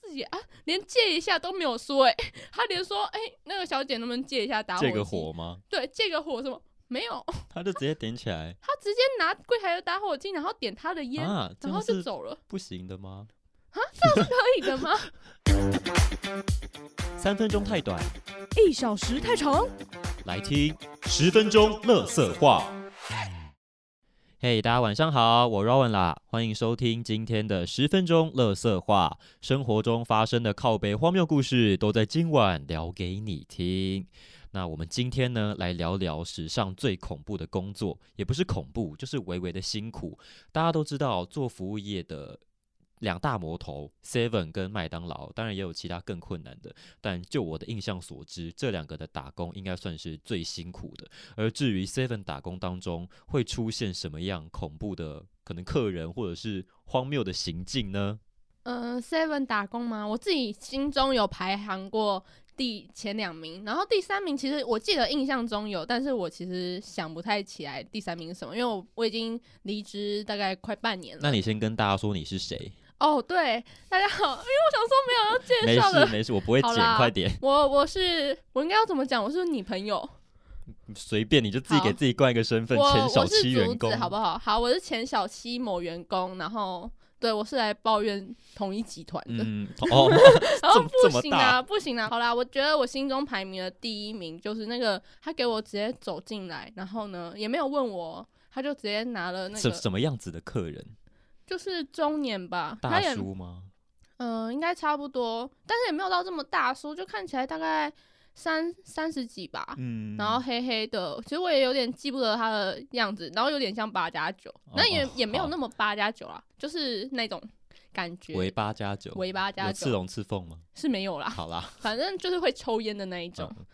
自己啊，连借一下都没有说、欸，哎，他连说，哎、那个小姐能不能借一下打火借个机火吗？对，借个火什么没有，他就直接点起来他直接拿柜台的打火机，然后点他的烟，啊，这然样后就是走了，不行的吗？可以的吗？三分钟太短， 一小时太长。来听十分钟乐色话。嘿大家晚上好，我 Rowan 啦，欢迎收听今天的十分钟乐色话。生活中发生的靠背荒谬故事，都在今晚聊给你听。那我们今天呢，来聊聊史上最恐怖的工作，也不是恐怖，就是微微的辛苦。大家都知道，做服务业的两大魔头 Seven 跟麦当劳，当然也有其他更困难的，但就我的印象所知，这两个的打工应该算是最辛苦的。而至于 Seven 打工当中会出现什么样恐怖的可能客人或者是荒谬的行径呢？嗯，Seven 打工吗？我自己心中有排行过第前两名，然后第三名其实我记得印象中有，但是我其实想不太起来第三名是什么，因为我我已经离职大概快半年了。那你先跟大家说你 是谁？哦，对，大家好，因为我想说没有没要介绍事的，没事，我不会好剪，啦快点，我我是我应该要怎么讲？我是你朋友，随便你就自己给好自己冠一个身份，我前小我是七员竹工子，，好不好？好，我是前小七某员工，然后对我是来抱怨统一集团的，嗯，哦，然后这么这不么行大啊，不行啊，好啦，我觉得我心中排名的第一名就是那个他给我直接走进来，然后呢也没有问我，他就直接拿了 那什个什么样子的客人？就是中年吧，他大也叔吗？嗯、应该差不多，但是也没有到这么大叔，就看起来大概三三十几吧。嗯，然后黑黑的，其实我也有点记不得他的样子，然后有点像八加九，那也、哦也没有好那么八加九啦，就是那种感觉，尾巴加九，尾巴加有刺哦九龙刺凤吗？是没有啦，好 啦，反正就是会抽烟的那一种。嗯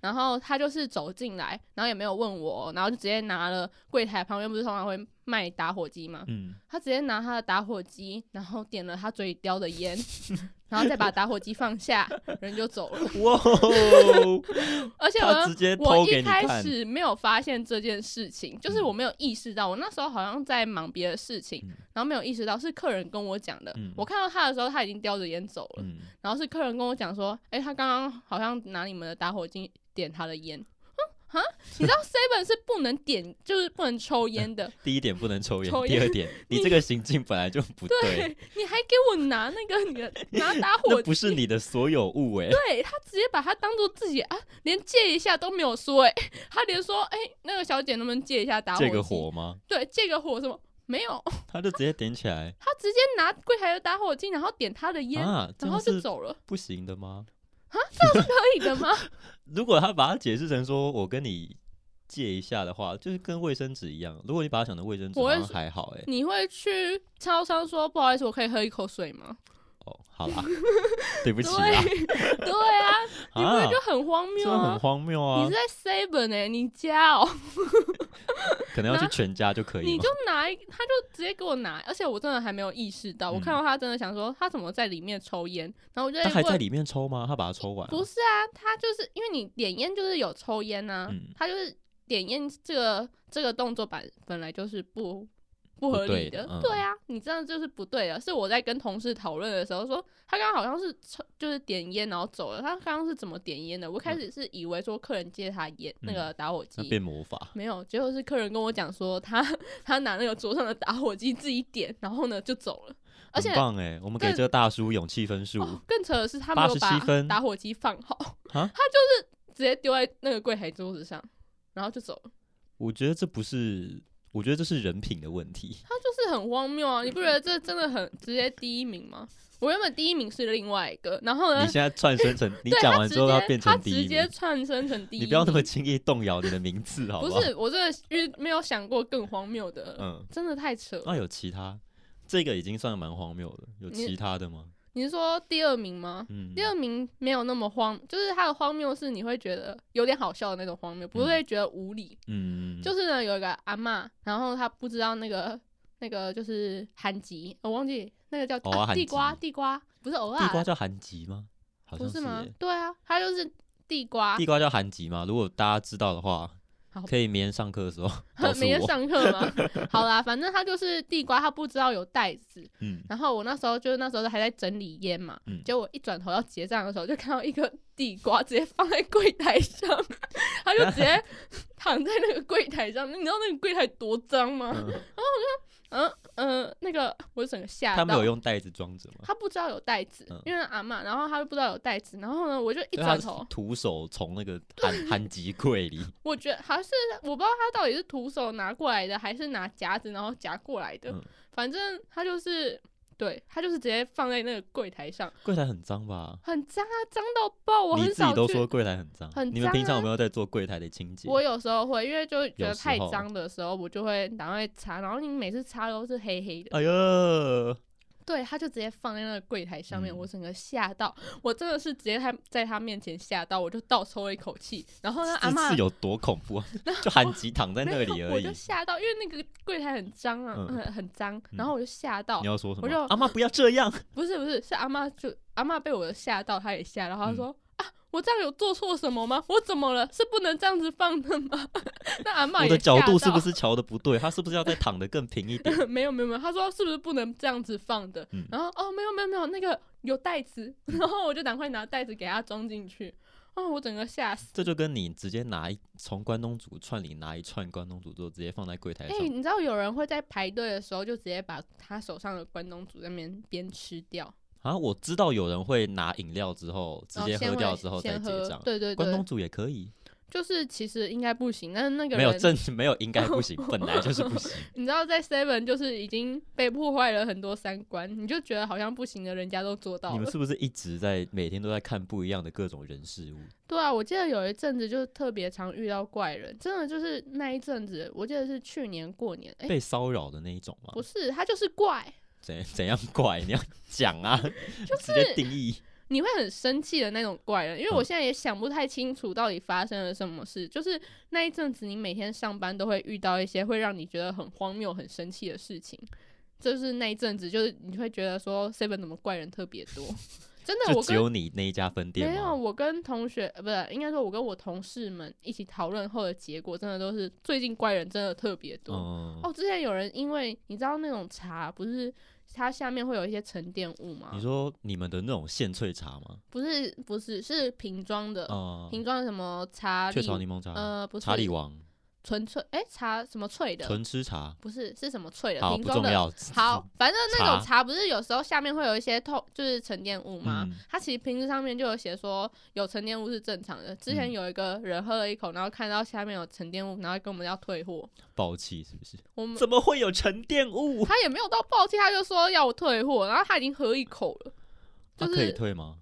然后他就是走进来，然后也没有问我，然后就直接拿了柜台旁边不是通常会卖打火机吗？嗯，他直接拿他的打火机，然后点了他嘴里叼的烟，然后再把打火机放下，人就走了。哇 哦，而且我他直接我偷给一你开看，始没有发现这件事情，就是我没有意识到，我那时候好像在忙别的事情，嗯然后没有意识到是客人跟我讲的。嗯我看到他的时候，他已经叼着烟走了，嗯，然后是客人跟我讲说：“哎、他刚刚好像拿你们的打火机点他的烟。”哼，哈，你知道 Seven 是不能点，就是不能抽烟的，第一点不能抽烟，抽第烟二 点你这个行径本来就不 对，你还给我拿那个你 的拿打火那机，不是你的所有物哎、对他直接把他当做自己啊，连借一下都没有说、欸，哎，他连说，哎、那个小姐能不能借一下打火机？借个火吗？对，借个火什么没有，他就直接点起来他直接拿柜台的打火机，然后点他的烟，啊，这然后样就是走了， 不行的吗？可以的吗？如果他把它解释成说我跟你借一下的话，就是跟卫生纸一样。如果你把它想成卫生纸，我好会像还好哎、你会去超商说不好意思，我可以喝一口水吗？ 哦，好啦，对不起啦，对，对啊，你不啊会就，很荒这谬样很啊？荒谬你啊是，在 Seven 哎、你家哦、可能要去拿全家就可以你吗就？拿一，他就直接给我拿，而且我真的还没有意识到，我嗯看到他真的想说他怎么在里面抽烟，然后我就他还在问，里面抽吗？他把它抽完了，不是啊，他就是因为你点烟就是有抽烟呐、嗯他就是点烟这个这个动作本本来就是不不不合理对的嗯对啊，你这样就是不对的。是我在跟同事讨论的时候说，他刚刚好像是抽就是点烟然后走了，他刚刚是怎么点烟的？我开始是以为说客人借他烟、那嗯个打火机那，变魔法。没有，结果是客人跟我讲说他 他拿那个桌上的打火机自己点，然后呢就走了，而且很。棒哎、我们给更这个大叔勇气分数、哦，更扯的是他没有把87分打火机放好， 他啊就是直接丢在那个柜台桌子上，然后就走了。我觉得这不是，我觉得这是人品的 问题。他就是很荒谬啊！你不觉得这真的很直接第一名吗？我原本第一名是另外一个，然后呢你，现在串升成，你对讲他完直之后要接变他成第直一接名，窜升成第一你名。不要那么轻易动摇你的名 次，好不好？是，我真的遇没有想过更荒谬的，嗯，真的太扯了。那、有其他，这个已经算蛮荒谬的，有你其他的吗？你是说第二名吗？嗯，第二名没有那么荒，就是他的荒谬是你会觉得有点好笑的那种荒谬，不会觉得无理。嗯，就是呢，有一个阿嬷，然后她不知道那个那个就是韩吉，我忘记那个叫、偶尔啊、韩地吉瓜，地瓜不是偶尔嗯地瓜叫韩吉吗？好不像是吗欸？对啊，它就是地瓜地，瓜叫韩吉吗？如果大家知道的话，好可以明天上课的时 候告诉每天我。上课 吗？好啦，反正他就是地瓜，他不知道有袋子，嗯，然后我那时候就是那时候还在整理烟嘛，嗯结果我一转头要结账的时候，就看到一个地瓜直接放在柜台上，他就直 接躺在那个柜台上，你知道那个柜台多脏吗？嗯嗯嗯、呃那个我整个吓他们到有。用袋子装着吗？他不知道有袋子，嗯因为阿嬷，然后他就不知道有袋子，然后呢，我就一对他转头，徒手从那个韩韩籍 柜里，我觉得好像是我不知道他到底是徒手拿过来的，还是拿夹子然后夹过来的，嗯反正他就是，对他就是直接放在那个柜台上，柜台很脏吧？很脏啊，脏到爆！我你很自少去，己都说柜台很脏，很你们脏平常有啊没有在做柜台的清洁？我有时候会，因为就是觉有得时太候脏的时候，我就会赶快擦，然后你每次擦都是黑黑的。哎呦，对，他就直接放在那个柜台上面，嗯我整个吓到，我真的是直接他在他面前吓到，我就倒抽了一口气，然 后呢，阿这妈是有多恐怖啊？ 就韩籍躺在没那有里而我已就。吓到，因为那个柜台很脏啊，嗯很、很脏，然后我就吓到你，要说什么我就？阿妈不要这样，不是不是，是阿妈就阿妈被我吓到，她也吓到，嗯她说、啊，我这样有做错什么吗？我怎么了？是不能这样子放的吗？ 那阿妈我也的角吓度是到不是瞧的不对？他是不是要再躺的更平一 点？没有没有没有，他说是不是不能这样子放的？嗯然后哦没有没有没有，那个有袋子，然后我就赶快拿袋子给他装进去。哦，我整个吓死！这就跟你直接拿一从关东煮串里拿一串关东煮之后，直接放在柜台哎、上，你知道有人会在排队的时候就直接把他手上的关东煮在那边边吃掉，啊，我知道有人会拿饮料之后直然后接哦先喝掉回之后再先结喝账，对对关对东，煮也可以，就是其实应该不行，但是那个没有人正 没有应该不 行，本来就是不行。你知道在 Seven 就是已经被破坏了很多三观，你就觉得好像不行的，人家都做到你们了。是不是一直在每天都在看不一样的各种人事物？对啊，我记得有一阵子就特别常遇到怪人，真的就是那一阵子，我记得是去年过年，哎、被骚扰的那一种吗不？是，他就是怪，怎怎样怪？你要 讲啊，直接定义。你会很生气的那种怪人。因为嗯我现在也想不太清楚到底发生了什么事，就是那一阵子你每天上班都会遇到一些会让你觉得很荒谬、很生气的事情。就是那一阵子，就是你会觉得说 Seven 怎么怪人特别多， 真的，就我只跟有你那一家分店没有，吗？我跟同学呃，不是，应该说我跟我同事们一起讨论后的结果，真的都是最近怪人真的特别多。嗯，哦，之前有人因为你知道那种茶不是它下面会有一些沉淀物吗你？说你们的那种现萃茶吗？不是不是是瓶装的，哦，瓶装的什么呃茶雀粒巢柠檬茶、呃不是茶里王、纯粹哎茶什么萃的，纯吃茶，不是是什么萃的好瓶不装重的。要。好，反正那茶种茶不是有时候下面会有一些透，就是沉淀物吗？嗯它其实瓶子上面就有写说有沉淀物是正常的。之前嗯有一个人喝了一口，然后看到下面有沉淀物，然后跟我们要退货，爆气是不是？我们怎么会有沉淀物？他也没有到抱歉，他就说要我退货，然后他已经喝一口了，那、 就是啊可以退吗？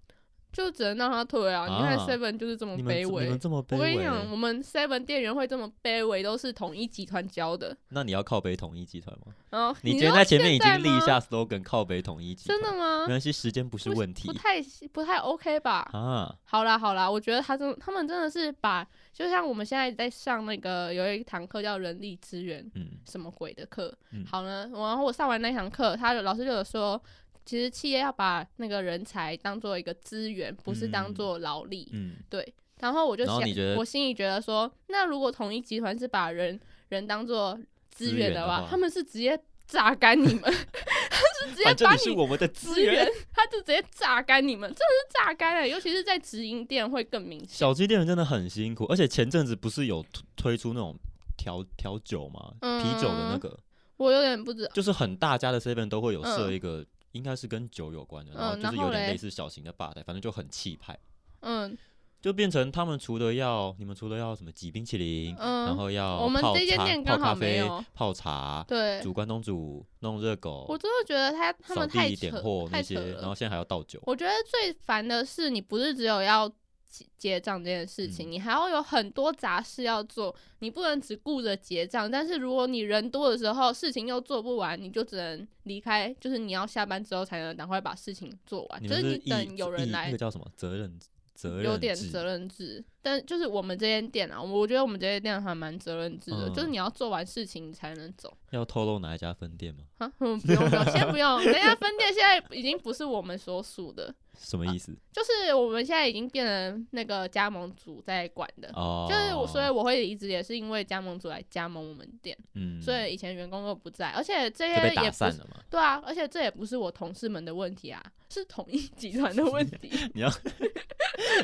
就只能让他退啊。你看啊 Seven 就是这么你们卑这你微们。这么卑我跟你微，讲，我们 Seven 店员会这么卑微，都是统一集团教的。那你要靠北统一集团吗？然后你你今天知道在前面已现在经立吗下 slogan 靠北统一集团，真的没吗？关系，时间不是问题嗯不太不太 OK 吧？啊。好啦好啦，我觉得他真他们真的是把，就像我们现在在上那个有一堂课叫人力资源嗯，什么鬼的课，嗯好呢，然后我上完那堂课，他老师就有说，其实企业要把那个人才当做一个资源，不是当做劳力，嗯，对。然后我就然后想你觉得，哦我心里觉得说，那如果统一集团是把人人当做资资源源的的话话，他们是直接榨干你们， 他是直接反正把你是我们的资资源源。，他就直接榨干你们，真的是榨干了、尤其是在直营店会更明显。 小鸡店员真的很辛苦，而且前阵子不是有推推出那种调调酒嘛，嗯啤酒的那个，我有点不知道，就是很大家的 seven 都会有设嗯一个，应该是跟酒有关的，嗯然后就然是后有点嘞类似小型的吧台，反正就很气派，嗯就变成他们除了要你们除了要什么挤冰淇淋，嗯，然后要我们泡这间茶店泡刚咖好没啡有、泡茶、对，煮关东煮、弄热狗我、真的觉得他他扫们太地、扯点货那太扯些，然后了。现在还要倒酒。我觉得最烦的是，你不是只有要结结账这件事嗯情，你还要有很多杂事要做，你不能只顾着结账。但是如果你人多的时候，事情又做不完，你就只能离开，就是你要下班之后才能赶快把事情做完，你啊就们是是你义等有义人来那个叫什么责任责任有点制责任制，但就是我们这间店啊，我觉得我们这间店还蛮责任制的，嗯就是你要做完事情你才能走 要透露哪一家分店吗？啊。嗯不用不用，先不用，人家分店现在已经不是我们所属的，什么意思？就是我们现在已经变成那个加盟组在管的。哦，啊就是我，所以我会离职也是因为加盟组来加盟我们店，嗯，所以以前员工都不在，而且这就些被也打不散是了嘛。 对啊，而且这也不是我同事们的问题啊，是统一集团的问 题。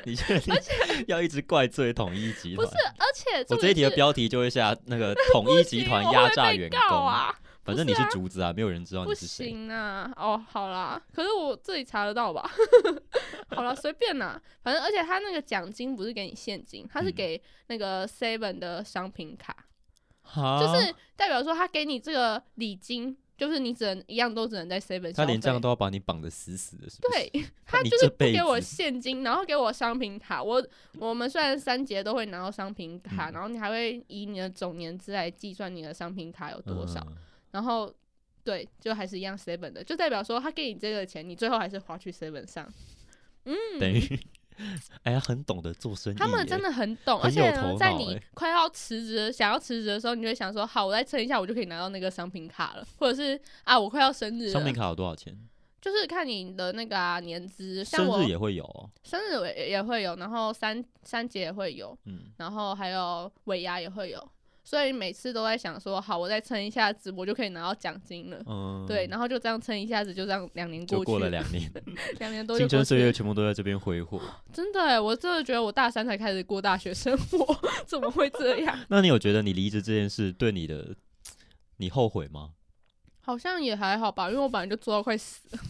你确定 要一直怪罪统一集不团是？，而且我重这点一题的是标题就会下那 个统一集团压榨员不行我会被告工，啊，反正你不是是啊竹子啊，没有人知道不你是谁。行啊！哦，好啦，可是我自己查得到吧？ 好了，随便啦，反正而且他那个奖金不是给你现金，他是嗯给那个 Seven 的商品卡，哈就是代表说他给你这个礼金，就是你只能一样都只能在 Seven 消他连这样费。都要把你绑得死死的，是不是？对他你就这是不辈给我子现金，然后给我商品卡。我我们虽然三节都会拿到商品卡，嗯然后你还会以你的总年资来计算你的商品卡有多少。嗯然后对，就还是一样 seven 的，就代表说他给你这个钱，你最后还是花去 seven 上。等于， 哎呀，很懂得做生意嗯耶，他们真的很懂，很而且有头呢脑在欸你快要辞职、想要辞职的时候，你就会想说：好，我再撑一下，我就可以拿到那个商品卡了，或者是啊，我快要生日商品了，卡有多少钱？就是看你的那个、啊、年资，像生我日也会有哦，生日我也也会有，然后三三节也会有，嗯，然后还有尾牙也会有。所以每次都在想说，好，我再撑一下子，我就可以拿到奖金了。嗯对，，然后就这样撑一下子，就这样两年就过去过了两年， 两年多就 青春过岁去月了，全部都在这边 挥霍。真的耶，欸我真的觉得我大三才开始过大学生活， 怎么会这 样？那你有觉得你离职这件事对你的，你后悔吗？好像也还好吧，因为我本来就做到快死了。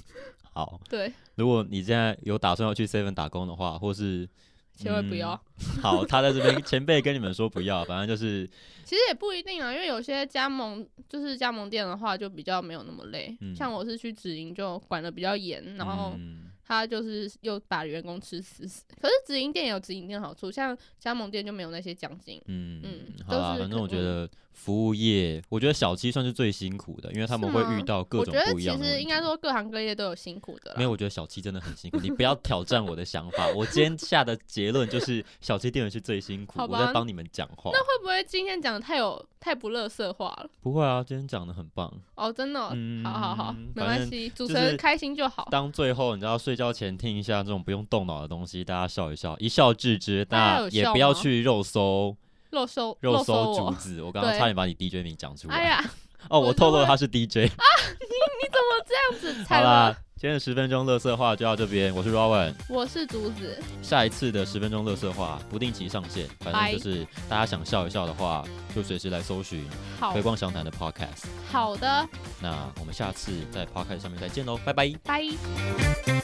好，对，如果你现在有打算要去 Seven 打工的话，或是千嗯万不要。好，他在这 边前辈跟你们说不要，反正就是其实也不一定啊，因为有些加盟就是加盟店的话，就比较没有那么累。嗯像我是去直营，就管的比较严，然后嗯他就是又把员工吃死死。可是直营店也有直营店的好处，像加盟店就没有那些奖金。嗯嗯好啦，都是反正可我觉得服务业，我觉得小七算是最辛苦的，因为他们是会吗遇到各我种觉得不一其样的问实题应该说各行各业都有辛苦的啦。没有，我觉得小七真的很辛苦，你不要挑战我的想 法。我今天下的结论就是小七店员是最辛苦，好我在吧帮你们讲话。会不会今天讲的太有太不乐色化了？不会啊，今天讲的很棒。哦，真的哦、嗯好好好，没反关正系，主持就人是开心就好。当最后你知道睡觉前听一下这种不用动脑的东西，大家笑一笑，一笑置之。大家那哎有也笑不要吗去肉搜肉收搜肉搜竹我，子，我刚刚对差点把你 DJ 名讲出来。哎呀，哦，我我就透露了会他是 DJ。你怎么这样子好猜啦了？，今天的十分钟乐色话就到这边，我是 Rowan。我是竹子，下一次的十分钟乐色话不定期上线，反正拜就是大家想笑一笑的话，就随时来搜寻好回光详谈的 Podcast。好的，那我们下次在 Podcast 上面再见喽，拜拜。拜。